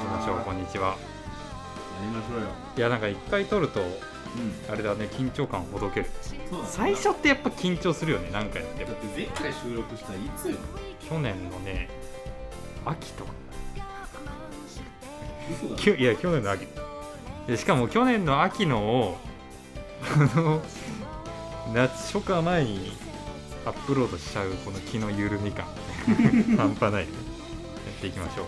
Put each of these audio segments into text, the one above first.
にりちはましょうよいやなんか一回撮るとうんあれだね緊張感ほどけるそうだ最初ってやっぱ緊張するよね何回やってだもって前回収録したいつよ去年のね秋とか嘘だきゅいや去年の秋でしかも去年の秋のをあの夏初夏前にアップロードしちゃうこの気の緩み感半端ないねやっていきましょう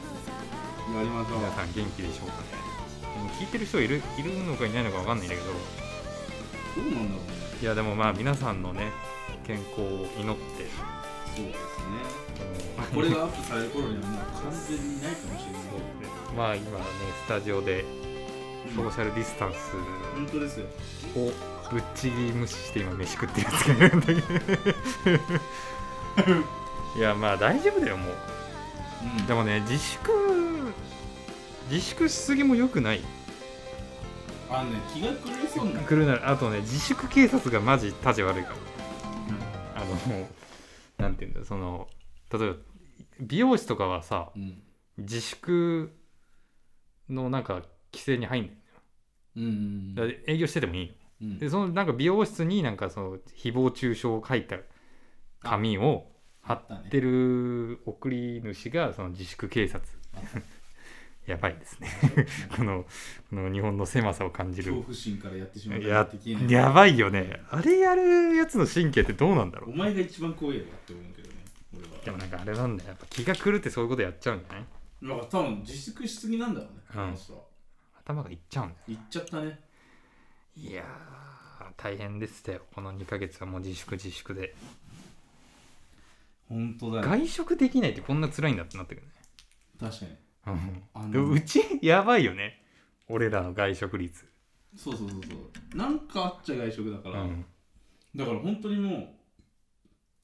やりましょう皆さん元気でしょうかねでも聞いてる人いるいるのかいないのかわかんないんだけどどうなんだろうねいやでもまあ皆さんのね健康を祈ってそうですねあのこれがアップされる頃にはもう完全にいないかもしれないまあ今ねスタジオでそソーうシャルディスタン本ス当ですよをぶっちぎり無視して今飯食ってるやつがいるんだけど いやまあ大丈夫だよもううんでもね自粛自粛しすぎも良くないあのね気が狂いそうになる来るならあとね自粛警察がマジ立ち悪いからあのなんていうんだその例えば美容師とかはさうん自粛のなんか規制に入んないうんうんだから営業しててもいいようんでそのなんか美容室になんかその誹謗中傷を書いた紙を貼ってる送り主がその自粛警察 あやばいですね このこの日本の狭さを感じ恐る怖心からやってしまうからやできないやばいよねあれやるやつの神経ってどうなんだろおう前が一番怖いやろって思うけどね俺はでもなんかあれなんだよやっぱ気が狂ってそういうことやっちゃうんじゃないだから多分自粛しすぎなんだろうね、うんこの人は頭がいっちゃうんだよ行っちゃったねいやー大変でしたよこの2ヶ月はもう自粛自粛で本当だよ外食できないってこんな辛いんだってなってくるね確かにうんあでものうちやばいよね俺らの外食率そうそうそうそうなんかあっちゃ外食だかうら、んだから本当にもう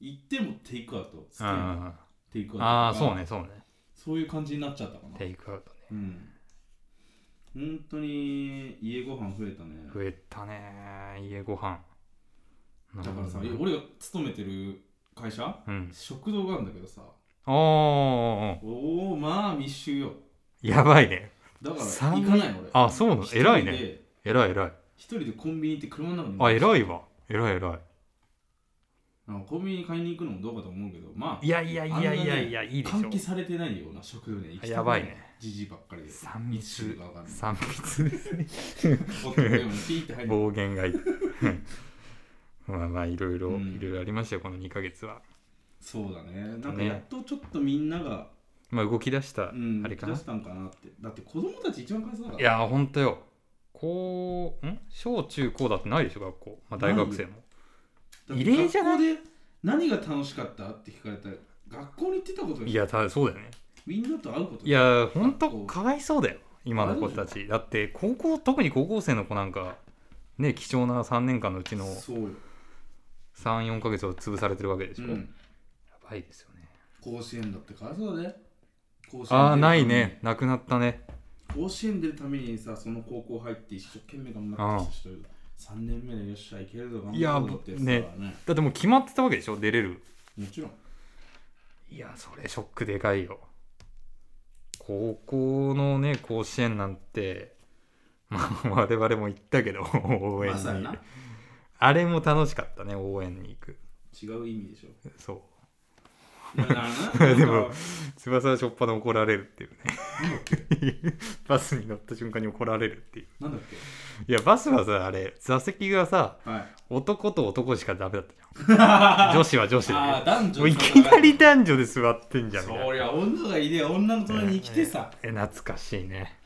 行ってもテイクアウトうんあテイクアウトとかあーそうねそうねそういう感じになっちゃったかなテイクアウトねうん本当に家ご飯増えたね増えたね家ご飯だだからさ俺が勤めてる会社うん食堂があるんだけどさおーおーおおおまあ密集よーやばいねだから三行かない俺あそうなの一人偉いねで偉い偉い一人でコンビニ行って車の中にあ偉いわ偉い偉なんかコンビニ買いに行くのもどうかと思うけどまあいいやいやいやいやいやいいでし換気ょされてないような食堂に行きたくやばいねじじいばっかりで三いつ死ぬ密か分かんない三密ですねポッとでもピーって入る暴言がいいまあまあいろいろうんいろいろありましたよこの2ヶ月はそうだねなんかねやっとちょっとみんなが、まあ動き出したうん、あれかな出したんかなってだって子供たち一番かわいそうだかいらやーほんとよ高ん小中高だってないでしょ学校、まあ、大学生もだって異例じゃない学校で何が楽しかったって聞かれたら学校に行ってたことでいやたそうだよねみんなと会うこといやーほんとかわいそうだよ今の子たちだって高校特に高校生の子なんかね貴重な3年間のうちのそうよ、 34ヶ月を潰されてるわけでしうょ、やん、ばいですよね甲子園だってかわいそうだね甲子園出るためにああないねなくなったね甲子園出るためにさその高校入って一生懸命頑張ってきた人いる3年目でよっしゃいけるぞ頑いや張るぞってさねだってもう決まってたわけでしょ出れるもちろんいやそれショックでかいよ高校のね甲子園なんてまあ我々も行ったけど応援まに、さやなあれも楽しかったね応援に行く違う意味 でしょそうだからななでんもか翼はしょっぱな怒られるっていうね バスに乗った瞬間に怒られるっていうなんだっけいやバスはさあれ座席がさはい。男と男しかダメだったじゃ ん女子は女子ああ、で男女もういきなり男女で座ってんじゃんみたいなそりゃ女がいれば女の隣に来てさ。え懐かしいね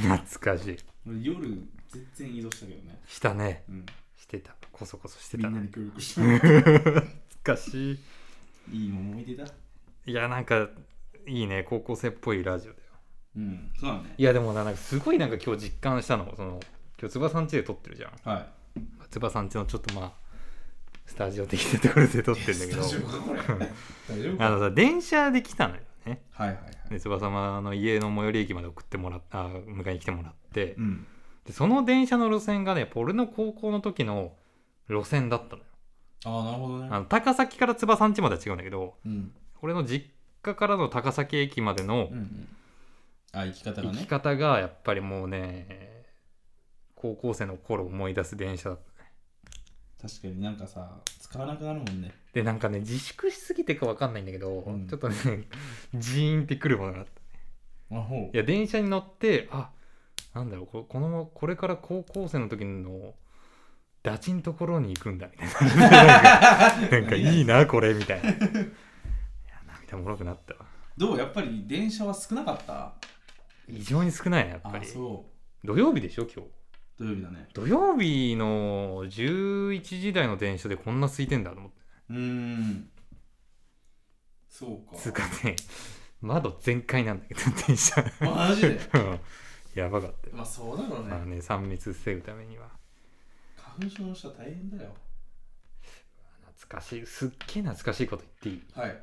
懐かしい夜、全然移動したけどね。したねうん。してたこそこそしてみたんな懐に協力した。 かしいいい思い出だ。いやなんかいいね高校生っぽいラジオだようん。そうだね。いやでもななんかすごいなんか今日実感したのその今日翼さん家で撮ってるじゃんは翼さん家のちょっとまあスタジオ的なところで撮ってい。るんだけど大丈夫か、こ れ。大丈夫か。あのさ電車で来たのよねはいはいはい。で翼様の家の最寄り駅まで送ってもらっあ迎えに来てもらってうん。でその電車の路線がね俺の高校の時の路線だったのよああ、なるほどねあ。の高崎から翼ん家までは違うんだけどうん。俺の実家からの高崎駅までのうん。あ生き方生がきね方がやっぱりもうね高校生の頃思い出す電車だったね確かになんかさ使わなくなるもんねでなんかね自粛しすぎてかわかんないんだけど、うんちょっとねジーンってくるものがあったあほいや電車に乗ってあなんだろうここのこれから高校生の時のダチんところに行くんだみたい ななんかなんかいいなこれみたいないや涙もろくなったわどうやっぱり電車は少なかった異常に少ないねやっぱありそ土曜日でしょ今う日土曜日だね土曜日の11時台の電車でこんな空いてんだと思ってうーんそうかつうか ね窓全開なんだけど電車マジでうん やばかったよまあそうだろうねまあね3密防ぐためには花粉症の人は大変だよ懐かしいすっげえ懐かしいこと言っていいはい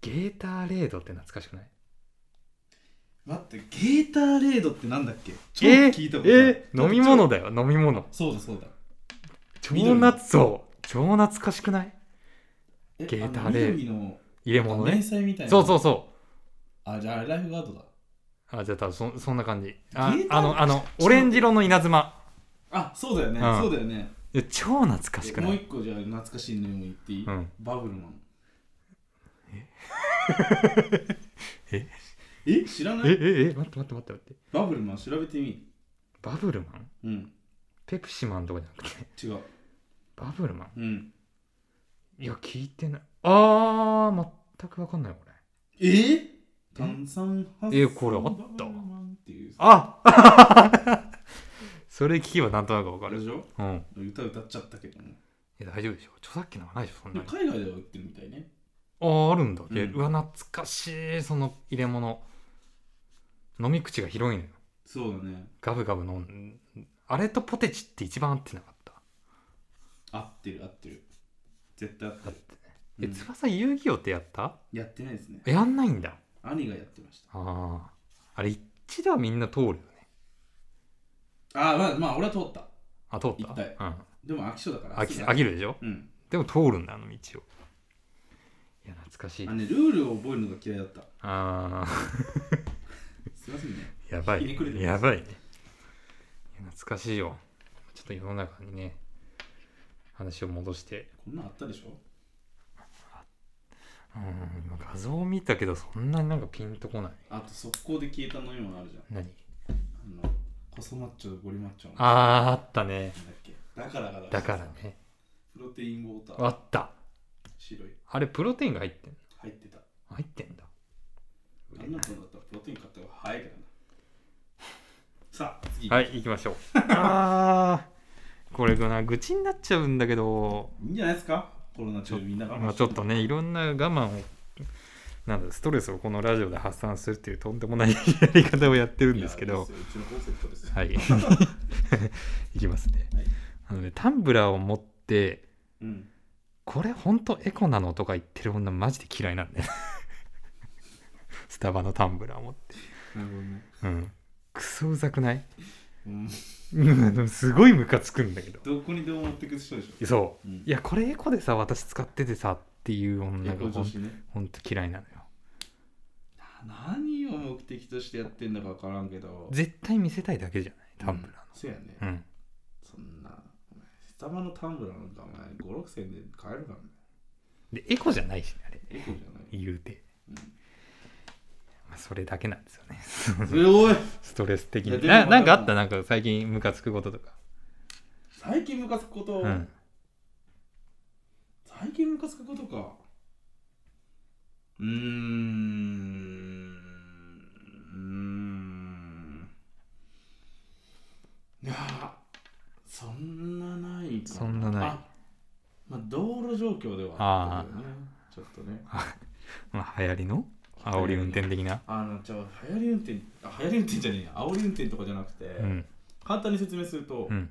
ゲーターレードって懐かしくない待ってゲーターレードってなんだっけ超え聞いたことあるえ飲み物だよ飲み物そうだそうだ超緑の懐そう超懐かしくないえゲータあのーレード緑の入れ物連ね載みたいなそうそうそあじゃああれライフガードだうあじゃあ多分そそんな感じあゲーターあのあのオレンジ色の稲妻あそうだよね、うんそうだよねいや超懐かしくもなうい一個じゃあ懐かしいのも言っていい、うんバブルマン ええ知らなえいええ待って待って待って待ってバブルマン調べてみバブルマンうんペプシマンとかじゃなくて違うバブルマンうんいや聞いてないあー全く分かんないこれえー、炭酸発えこれあったバブルマンっていうあ それ聞けばなんとなく分あかれるでしょうん歌歌っちゃったけどもいや大丈夫でしょ著作権なんかないでしょそんでなもに海外では売ってるみたいねあああるんだ、でうんうわ懐かしいその入れ物飲み口が広いのよそうだねガブガブ飲んあれとポテチって一番合ってなかった合ってる合ってる絶対合って合っるてえうん翼遊戯王ってやったやってないですねやんないんだ兄がやってましたあああれ一度はみんな通るよねあーまあまあ俺は通ったあ通った一体うんでも飽き性だから飽き飽きるでしょうんでも通るんだあの道をいや懐かしいあのねルールを覚えるのが嫌いだったああすいませんねやばいひねくれてねるやばいねいや懐かしいよちょっと世の中にね話を戻してこんなんあったでしょうん今画像を見たけどそんなになんかピンとこないあと速攻で消えた飲み物あるじゃん何あの細マッチョとゴリマッチョのなんだっあーあったねけだからだからだからねプロテインウォータあーった白いあれプロテインが入ってんの入ってた入ってんだあんなことだったらプロテイン買った方が早いからな さあ次、、はいい行き ましょうあーこれがな愚痴になっちゃうんだけどいんじゃないですかコロナ中みんながまあちょっとねいろんな我慢をなんだストレスをこのラジオで発散するっていうとんでもないやり方をやってるんですけいやいいどっすようちのコンセプトですよはい いきますね,、はいあのねタンブラーを持ってうんこれほんとエコなのとか言ってる女マジで嫌いなんだよ スタバのタンブラーを持ってなるほどねうんクソうざくない うんうんでもすごいムカつくんだけどどこにでも持ってく人でしょそううんいやこれエコでさ私使っててさっていうエ女コがほ女ん子ねほんと嫌いなのよな何を目的としてやってんだか分からんけど絶対見せたいだけじゃないタンブうラんそうやね、ーのうん、そんなお前スタバのタンブラーなんかお前5 6千で買えるからねでエコじゃないしねあれエコじゃない言うて、うんまあ、それだけなんですよねすごい ストレス的いやにでもななんかあまだったなんか最近ムカつくこととか最近ムカつくこと、うん最近ムカつくことかうーんうーんいやそんなないかそんなないあまあ道路状況ではあったけどねちょっとねまあ流行 りの煽り運転的な、あのじゃあ流行り運転あ流行り運転じゃねえや煽り運転とかじゃなくて、うん簡単に説明すると、うん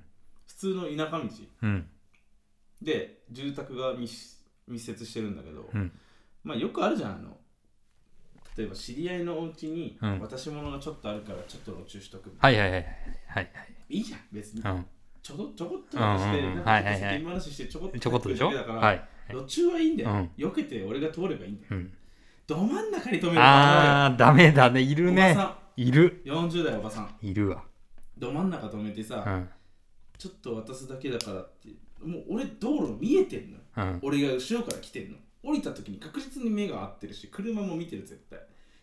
普通の田舎道うんで住宅が密密接してるんだけど、うんまあよくあるじゃんあの例えば知り合いのお家にうん渡し物がちょっとあるからちょっと路中しとく、はいはいはいはいいいじゃん別に、はい、ちょどちょこっと渡して、うんうんうんなんはいかはちいょっと世間はい話してちょこっうとん、ちょこっとでしょだから、はい、路中はいいんだよ、うん避けて俺が通ればいいんだようんど真ん中に止めるあーダメだねいおるばねさいるん40代おばさんいるわど真ん中止めてさ、うんちょっと渡すだけだからってもう俺道路見えてんのようん俺が後ろから来てんの降りた時に確実に目が合ってるし車も見てる絶対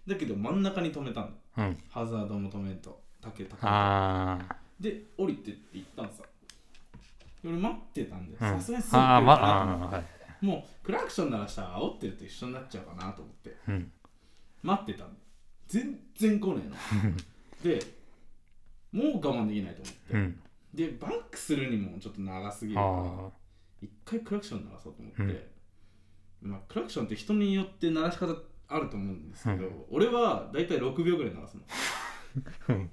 だけど真ん中に止めたのうんハザードも止めと竹高あーで降りてって言ったんさ俺待ってたんでうんさすがにすぐ来るあーまかあなーはいもうクラクション鳴らしたら煽ってると一緒になっちゃうかなと思ってうん待ってたんで全然来ねえ のでもう我慢できないと思って、うんでバックするにもちょっと長すぎるあからー一回クラクション鳴らそうと思って、まあクラクションって人によって鳴らし方あると思うんですけど、うん俺はだいたい6秒ぐらい鳴らすのうん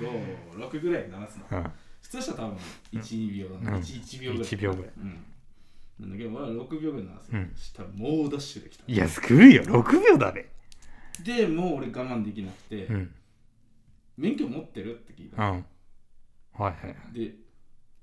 1,2,3,4,5,6ぐらい鳴らすのうん普通したら多分12秒だうな、ん11秒ぐらい1秒ぐらいうん、なんだけど俺は6秒ぐらい鳴らすうの、んしたら猛ダッシュできたいや来るよ6秒だねでもう俺我慢できなくて、うん免許持ってるって聞いうんた、はいはいで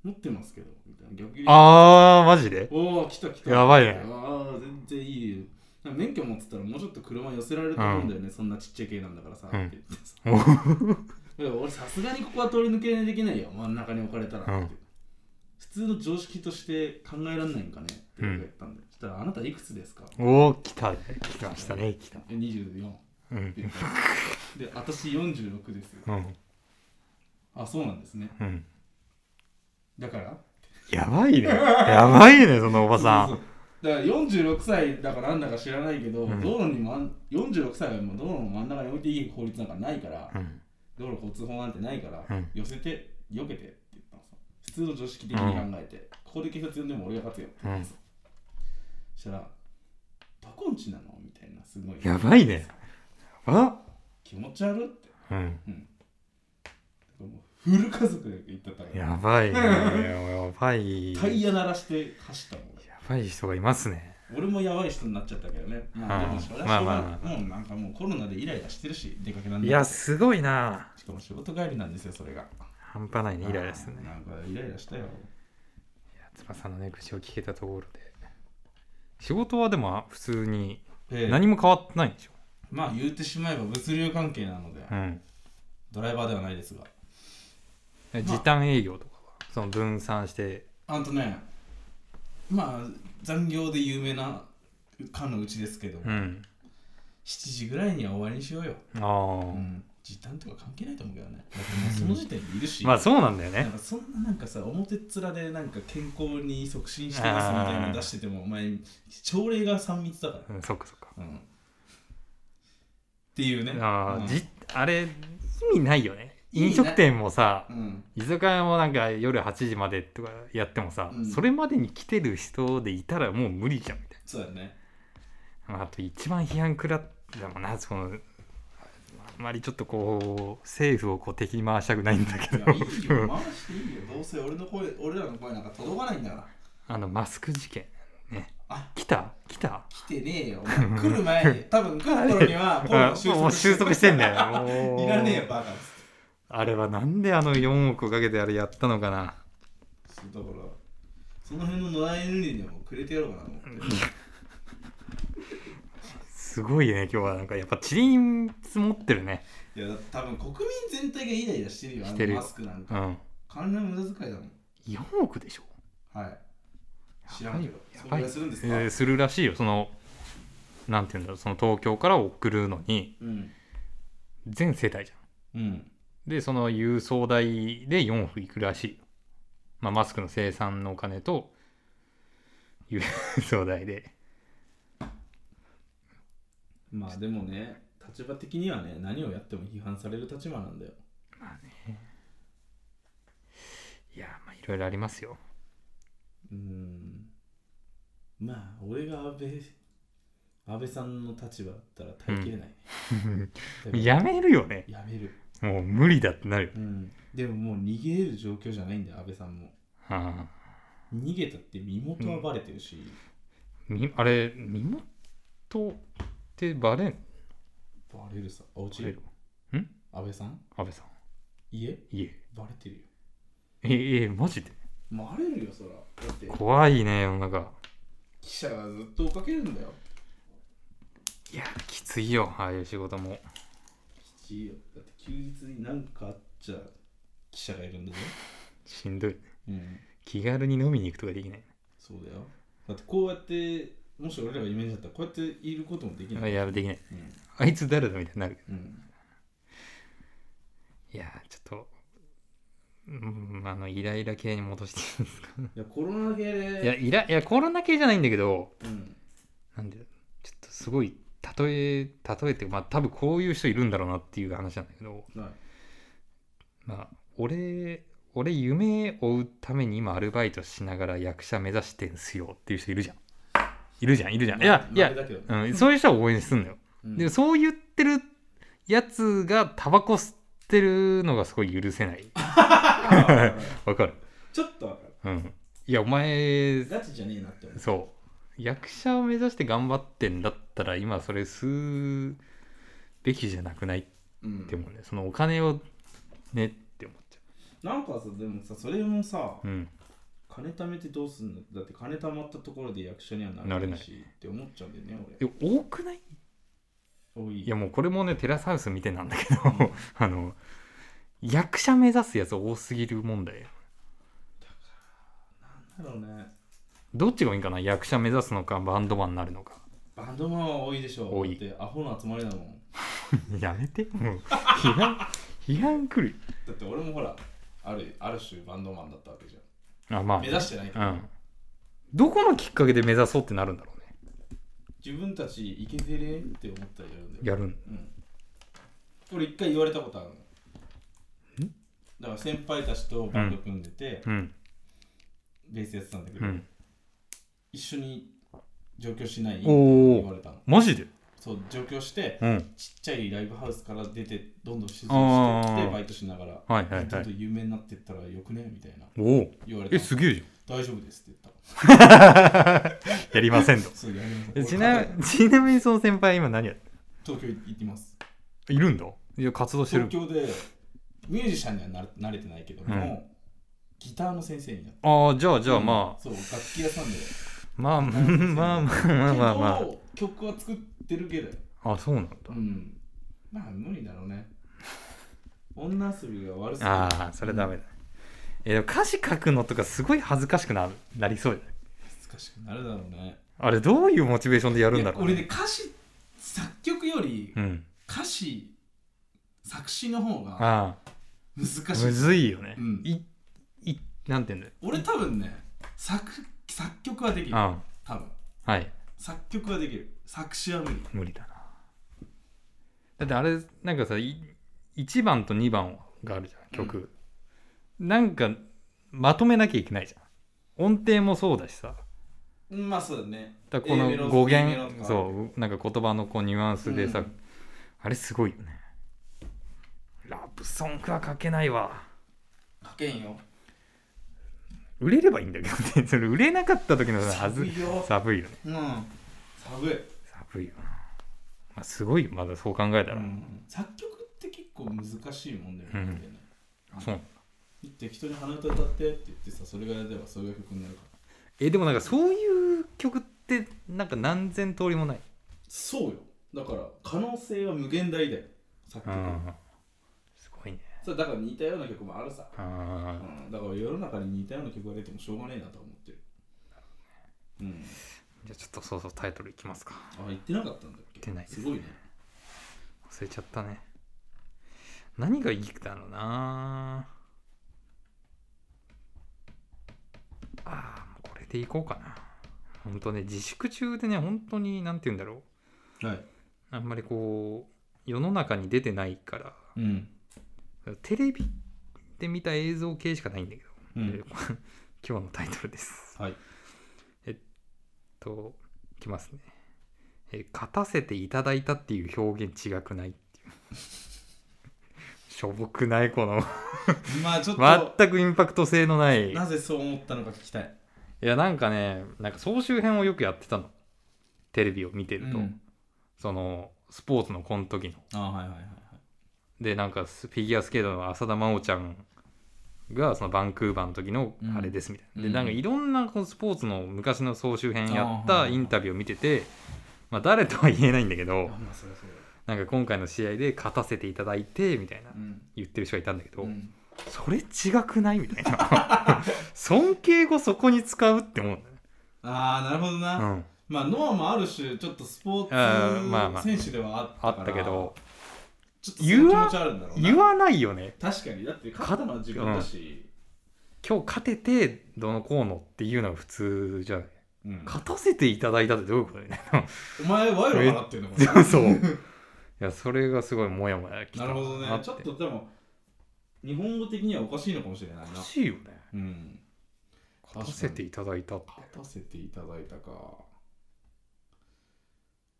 持ってますけどみたいな逆にあーマジでおお来た来たやばいねああ全然いいよなんか免許持ってたらもうちょっと車寄せられると思うんだよね、そんなちっちゃい系なんだからさ、うんって言ってさおーいや俺さすがにここは通り抜けできないよ真ん中に置かれたらって、うん普通の常識として考えられないんかねって僕が言ったんで、そしたら「あなたいくつですか?」おー来たね来ましたね来たえ24」ってうん言ったので私46ですようんあそうなんですねうんだからやば いね。やばいね、そのおばさそうそんう。だから46歳だからなんだか知らないけど、うん道路にまん46歳はもう道路の真ん中に置いていい法律なんかないから、うん。道路交通法なんてないから、うん寄せて避けてって言ったのさ普通の常識的に考えて、ここで警察呼んでも俺が勝つよって言ったのさ、そしたら「どこんちなの?」みたいなすごいやばいね。あ気持ち悪ってうん。もうフル家族で行ったったからやばいね。やばい。タイやヤ鳴らして走ったもんばい人がいますね。俺もやばい人になっちゃったけどねまあでうもんそれはまあしょうがまあまないもうなんかもうコロナでイライラしてるし出かけなんいだや、しすごいな。かも仕事帰りなんですよそれが半端ないね、イライラするあーね。なんかイライラしたよ翼のね、口を聞けたところで。仕事はでも普通にええ何も変わってないんでしょ。まあ言ってしまえば物流関係なので、うん。ドライバーではないですがえ時短営業とかは、その分散して。あんとねまあ残業で有名なかのうちですけど、うん。 7時ぐらいには終わりにしようよ、あうあ。ん、時短とか関係ないと思うけどねだってもうその時点でいるし、まあそうなんだよなんね。かそんななんかさ表っ面でなんか健康に促進してますみたいなの出しててもお前朝礼が3密だかうん、そっかそっか。ら、うん、っていうねあうーんじあれ、意味ないよね。意味ない飲食店もさ、うん、居酒屋もなんか夜8時までとかやってもさ、うんそれまでに来てる人でいたらもう無理じゃんみたいそうだ ねな、まあ、あと一番批判食らったもんなそのあんまりちょっとこう政府をこう敵に回したくないんだけいどやいいうよん回していいよどうせ俺の声俺らの声なんか届かないんだから あのマスク事件ねあ来た来た来てねえよお前来る前 に多分来る頃にはコロナあもう収束してんだ よもういらねえよバカっつってあれはなんであの4億かけてあれやったのかなそうだからその辺の野良犬にでもくれてやろうかなと思ってすごいね今日はなんかやっぱ地輪積もってるねいやだって多分国民全体がイライラしてるよあしてるのよマスクなんうかん関連無駄遣いだもん4億でしょはい知らんけどやそばれいがよするんですか、えーするらしいよそのなんていうんだろうその東京から送るのにうん全世帯じゃうんんでその郵送代で4億いくらしいよ、まあ、マスクの生産のお金と郵送代でまあでもね立場的にはね何をやっても批判される立場なんだよいやまあいろいろありま すようーんまあ俺が安倍安倍さんの立場だったら耐えきれない、だからやめるよねやめる、もう無理だってなるようん、でももう逃げれる状況じゃないんだよ安倍さんもあ逃げたって身元はバレてるし、ーみあれ身元ってバレんバレるさおうちバレる安倍さん安倍さん家家バレてるよええマジでもう荒れるよそらだって怖いね世の中記者がずっと追っかけるんだよいやきついよああいう仕事もきついよだって休日に何かあっちゃ記者がいるんだぜしんどいうん気軽に飲みに行くとかできないそうだよだってこうやってもし俺らがイメージだったらこうやっていることもできないいやできないうんあいつ誰だみたいになるうんいやーちょっとうんあのイライラ系に戻していいですかいやコロナ系でいやイラいやコロナ系じゃないんだけどうんなんでちょっとすごい例え例えてまあ多分こういう人いるんだろうなっていう話なんだけどはいまあ俺俺夢追うために今アルバイトしながら役者目指してんすよっていう人いるじゃんいるじゃんいるじゃんいやまあいや負け、だけどねうん、そういう人は応援すんのようんでもそう言ってるやつがタバコ吸ってるのがすごい許せないわかるちょっとわかるうんいやお前ガチじゃねえなって思うそう役者を目指して頑張ってんだったら今それ吸うべきじゃなくないっうんて思うねそのお金をねって思っちゃなんかさでもさそれもさううん金貯めてどうすんのだって金貯まったところで役者にはななれれなないいしって思っちゃうんだよねで多くない俺多いいやもうこれもねテラスハウス見てなんだけど あの役者目指すやつ多すぎる問題なんだろうねどっちがいいんかな役者目指すのかバンドマンになるのかバンドマンは多いでしょ多いだってアホの集まりだもんやめてもう批判批判来るだって俺もほらあるある種バンドマンだったわけじゃんあまあ目指してないかうら、んどこのきっかけで目指そうってなるんだろうね自分たちイケてれって思ったらやるんだよやるんうん、俺一回言われたことあるのだから先輩たちとバンド組んでて、うんベースやってたんだけうど、ん一緒に上京しないお言わおれたのマジでそう上京してうんちっちゃいライブハウスから出てどんどん出あ場してーってバイトしながら、はいはいどはんどいん有名になってったらよくねみたいなおお言われたえのすげえじ大丈夫ですって言っ ゃんやりませんとたそうやりまえすちなちなみにその先輩今何やって東京行ってますいるんだいや活動してる東京でミュージシャンにはなれ慣れてないけども、うんギターの先生になってああじゃあじゃあまあ、そう楽器屋さんでまあまあまあまあまあまけど曲は作ってるけど ああそうなんだうんまあ無理だろうね女遊びが悪すぎるああそれダメだ、えでも歌詞書くのとかすごい恥ずかしくななりそうじゃない難しくなるだろうねあれどういうモチベーションでやるんだろういや俺ね歌詞作曲よりうん歌詞作詞の方がああ難しいむずいよね、うんいいなんて言うんだよ俺多分ね作作曲はできるあ多分あはい作曲はできる作詞は無理無理だなだってあれなんかさい1番と2番があるじゃん曲、なんかまとめなきゃいけないじゃん音程もそうだしさうんまあそうだねだからこ A メロの語 B メロと源かそうなんか言葉のこうニュアンスでさ、うんあれすごいよねラブソングは書けないわ書けんよ売れればいいんだけどね それ売れなかった時のさはず寒いよ寒いよねうん寒い寒いよな、まあ、すごいよまだそう考えたら、うん作曲って結構難しいもんだよね、うんだってねあそう適当に鼻歌歌ってって言ってさそれがやればそれが曲になるからえでもなんかそういう曲ってなんか何千通りもないそうよだから可能性は無限大だよ作曲、すごいねそうだから似たような曲もあるさ、あうん、だから世の中に似たような曲が出てもしょうがねえなとは思ってるうんじゃあちょっとそうそうタイトルいきますかあ言ってなかったんだっけ言ってないですすごいね忘れちゃったね何がいいだろうなあーもうこれでいこうかな本当ね自粛中でね本当に何て言うんだろうはいあんまりこう世の中に出てないからうんテレビで見た映像系しかないんだけど、うえー んこ今日のタイトルです。はいと、いきますね、えー勝たせていただいたっていう表現違くないっていう。 しょぼくないこのまあちょっと、全くインパクト性のないいなぜそう思ったのか聞きたいやなんかねなんか総集編をよくやってたのテレビを見てうると、そのスポーツのこの時のあはいはいはいはいでなんかスフィギュアスケートの浅田真央ちゃんがそのバンクーバーの時のあれですみたいな、うんでなんかいろんなこのスポーツの昔の総集編やっあーはいたはいインタビューを見てて、まあ、誰とは言えないんだけどあまあそりゃそうなんか今回の試合で勝たせていただいてみたいなだうん言ってる人がいたんだけど、うんそれ違くないみたいな 尊敬語そこに使うって思うんだねああなるほどな、うん、まあノアもある種ちょっとスポあーまあーまあツ選手ではああったからったけどちょっとそういう気持ちあるんだろうな言わないよね確かにだって勝ったのは自分だし、今日勝ててどうのこうのっていうのが普通じゃないうん勝たせていただいたってどういうことだよねお前賄賂払ってるのかなそういやそれがすごいモヤモヤきたなるほどねなてちょっとでも日本語的にはおかしいのかもしれないなおかしいよねうん勝たせていただい たって勝たせていただいたか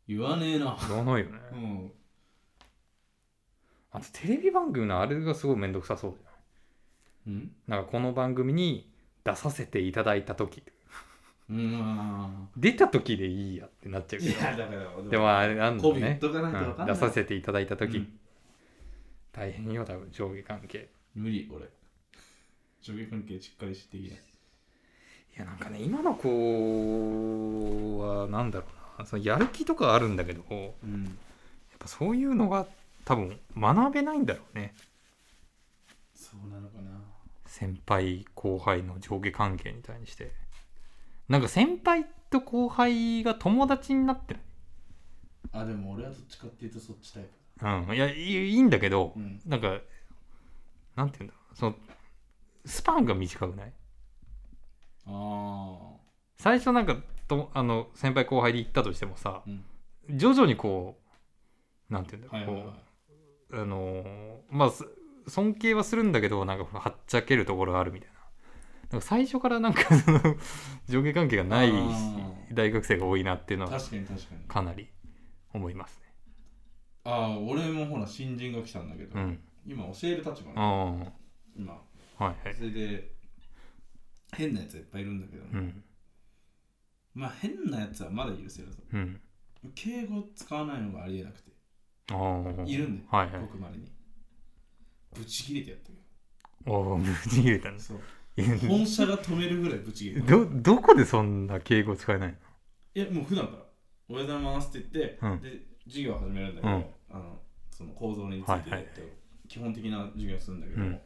言わねえな言わないよね、うんあとテレビ番組のあれがすごい面倒くさそうじゃうんないなんかこの番組に出させていただいた時うん出た時でいいやってなっちゃういけどやだからでもあれなんだコよビ言っね、とかないと分うかん、んな出い、させていただいた時、うん大変よ多分上下関係無理俺上下関係しっかりしていないいやなんかね今の子はなんだろうなそのやる気とかあるんだけどやっうんぱそういうのが多分学べないんだろうねそうなのかな先輩後輩の上下関係みたいにしてなんか先輩と後輩が友達になってるあでも俺はどっちかっていうとそっちタイプうんいやいいいいんだけどうんなんかなんて言うんだろうそのスパンが短くないあ最初なんかとあの先輩後輩で行ったとしてもさあうん徐々にこうなんて言うんだはいろう、はいはいこうあのーまあす尊敬はするんだけどなんかはっちゃけるところがあるみたいななんか最初からなんかその 上下関係がないあしー大学生が多いなっていうのは確かに確かにかなり思いますね。ああ俺もほら新人が来たんだけど、うん、今教える立場あなのあ今はいはい。それで変なやついっぱいいるんだけど、うんまあ変なやつはまだ許せるぞうん、敬語使わないのがありえなくてああいるんだよはいはい。僕までにブチ切れてやったけどおおぶち切れたんです。そう本社が止めるぐらいブチ切れたどどこでそんな敬語使えないのいやもう普段から「おはようございます」って言って、うんで授業を始めるんだけど、うんあのその構造について、はいはいはい基本的な授業をするんだけど、うん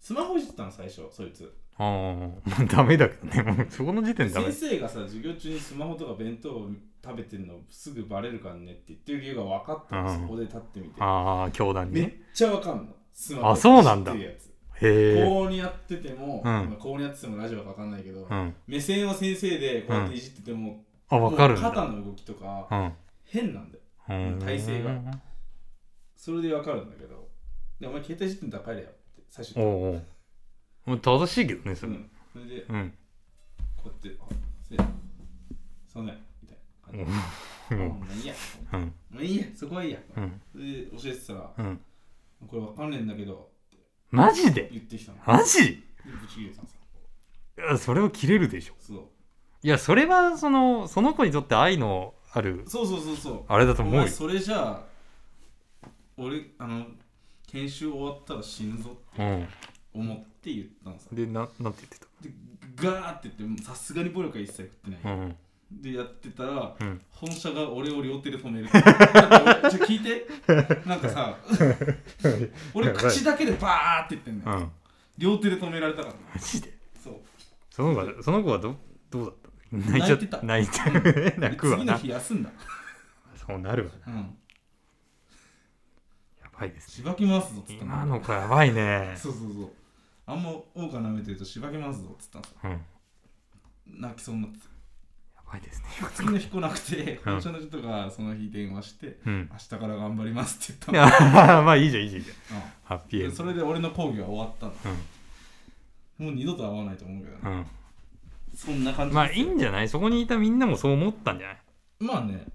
スマホいじってたの最初そいつああもうダメだけどね もうそこの時点でダメ先。生がさ授業中にスマホとか弁当を食べてるのすぐバレるからねって言ってる理由が分かったの、うんそこで立ってみてああ教団にめっね。ちゃ分かんのスマホあそうなんだ知ってるやつへえ。こうにやってても、うんまあこうにやっててもラジオは分かんないけど、うん、目線を先生でこうやっていじってても,、あわかるんもう肩だ。の動きとかうん変なんだようん体勢がそれで分かるんだけどでお前携帯いじってんだから帰れよって最初おうにおうもう正しいけどねそれうんそれでうん、こうやって「あ先生すいません」みたいな感うんじ、うあんもういいやうんもういいやそこはいいや、うんで教えてたら、うんこれわかんねえんだけどマジで言ってきたのでマジいブチ切れたんですよやそれは切れるでしょそいやそれはそのその子にとって愛のあるうそうそうそうそうあれだとお思うよ前それじゃあ俺あの研修終わったら死ぬぞってうん思って言ったんですよでななんて言ってでガーって言ってさすがに暴力は一切食ってない、たうんでやってたらうん本社が俺を両手で止めるなんか俺ちょ聞いてなんか さ俺口だけでバーって言ってんのうよ、ん両手で止められたからマジでそうその子はその子はどどうだった泣いてた泣いて 泣くわ次のな日休んだそうなるわうんやばいですねしばき回すぞっつった今の子やばいねそうそうそうあんまオオカ舐めてるとしばきますぞっつったんですようんや泣きそうになってたばいですね次の日来なくてうん本社の人がその日電話してうん明日から頑張りますってい言っや まあいいじゃんいいじゃんいいじゃんたの、ハッピーエうンんドでそれで俺の講義は終わったのもう二度と会わないと思うけどね、うんそんな感じまあいいんんじゃないそこにいたみんなもそう思ったんじゃないまあね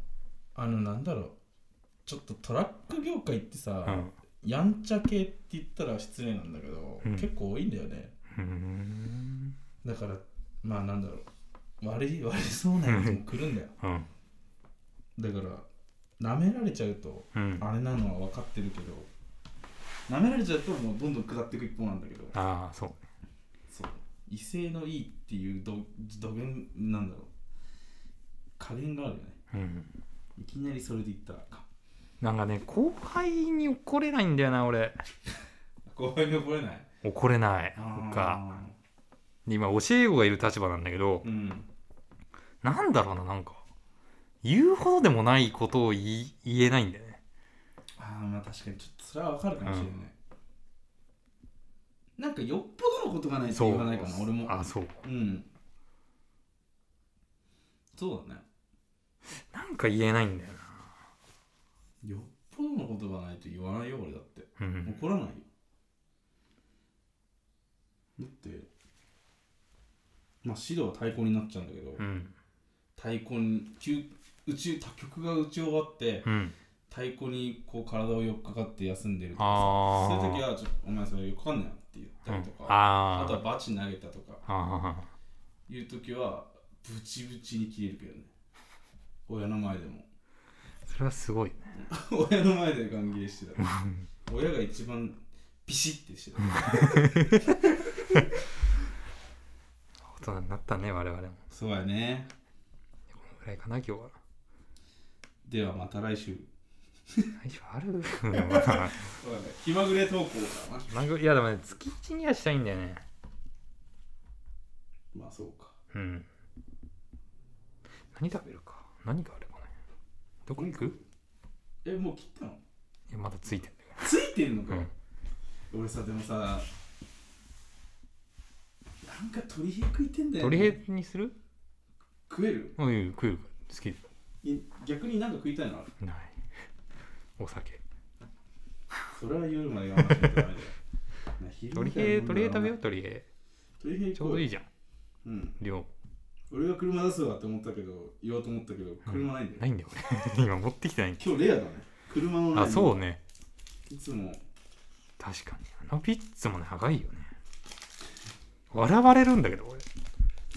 あのなんだろうちょっとトラック業界ってさ、うんやんちゃ系って言ったら失礼なんだけど、うん結構多いんだよねうーん。だからまあなんだろう悪い悪いそうなやつも来るんだようん。だから舐められちゃうとうん。あれなのは分かってるけど舐められちゃうともうどんどん下っていく一方なんだけどああそうそう威勢のいいっていうどどげんなんだろう加減があるよねうんいきなりそれでいったらあかんなんかね後輩に怒れないんだよな俺後輩に怒れない怒れないあーかで今教え子がいる立場なんだけどうんなんだろうななんか言うほどでもないことを言い言えないんだよねああまあ確かにちょっとそれはわかるかもしれない、なんかよっぽどのことがないとそう言わないかな俺もあそううんそうだねなんか言えないんだよなよっぽどのことがないと言わないよ俺だってうん怒らないよだってまあ指導は対抗になっちゃうんだけど、うん太鼓に急うち他局が打ち終わってうん太鼓にこう体をよっかかって休んでるとかあそうあいう時はちょっと「お前それよっかかんなよ」って言ったりとか、うんああとはバチ投げたとかああいう時はブチブチに切れるけどね親の前でも あそれはすごいね親の前で歓迎してた親が一番ビシッてしてた大人になったね我々もそうやねこのぐらいかな今日はではまた来週来週ある まあそうだね気まぐれ投稿だなまあいやでもね月1にはしたいんだよねまあそうかうん何食べるか何があればねどこ行くえもう切ったのいやまだついてんだよついてるのか、うん俺さでもさなんか鶏ヘ食いてんだよ、ね、鶏ヘにする食えるうん食える好きい逆になんか食いたいのあるないお酒それは夜まで我慢し ないとダメだよな昼鶏みたヘいなもんだ鶏ヘ食べよう鶏ヘ鶏ヘちょうどいいじじゃんゃん、うん、量俺が車出すわって思ったけど言おうと思ったけど車ないんだよ、ないんだよ俺 今持ってきてない今日レアだね車のないあそうねいつも確かにあのピッツァも長いよね笑われるんだけど俺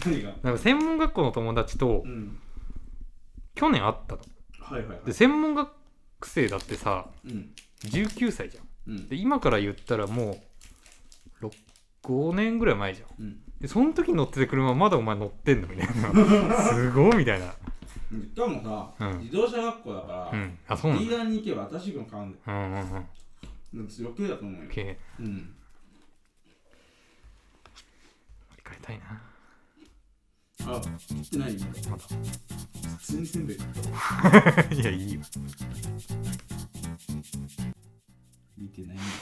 何がなんか専門学校の友達とうん去年会ったのはいはいはいで専門学生だってさうん19歳じゃんうんで今から言ったらもうろ5年ぐらい前じゃんうんでその時乗ってた車まだお前乗ってんのみたい なすごいみたいなしかもさ、うん自動車学校だかうら、んあそうなんリーだダーに行けば私が買うんだようんうんうんなんか余計だと思うよ OK 乗うんり換えたいなあ、切ってないよま普通にせんべいだ いやいいよ見てないんですよ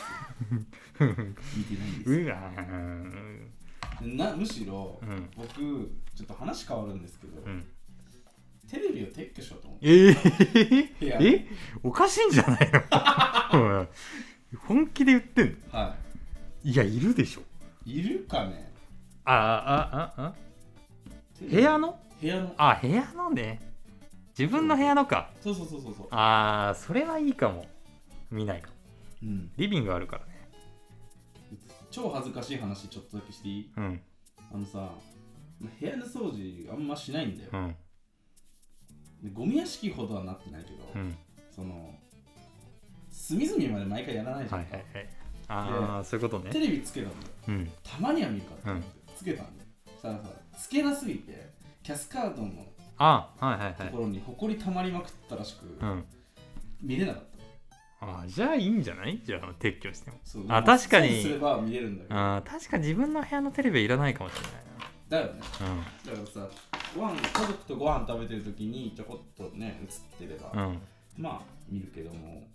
ふんふん見てないんですようわーうんなむしろ、うん僕ちょっと話変わるんですけど、うんテレビを撤去しようと思ってえー、部屋えおかしいんじゃない のおい本気で言ってんのはいやいるでしょいいるかねああああテレビ部屋の部屋のあ部屋のね自分の部屋のかそうそうそうそうそうあーそれはいいかも見ないかもうんリビングあるからね超恥ずかしい話ちょっとだけしていいうんあのさ部屋の掃除あんましないんだよう、んでゴミ屋敷ほどはなってないけど、うんその隅々まで毎回やらないじはゃいんはいか、はいああそういうことテねレビつけたんだようんたまには見るからってつけたんだよ、したらさつけなすぎてキャスカードのあはいはいとはいころにほこりたまりまくったらしく、うん見れなかったあーじゃあいいんじゃないじゃあ撤去してもそうあ確かにそうすれば見れるんだけどあー確か自分の部屋のテレビはいらないかもしれないだよねなだからさご飯家族とご飯食べてる時にちょこっとね映ってれば、うんうんまあ見るけども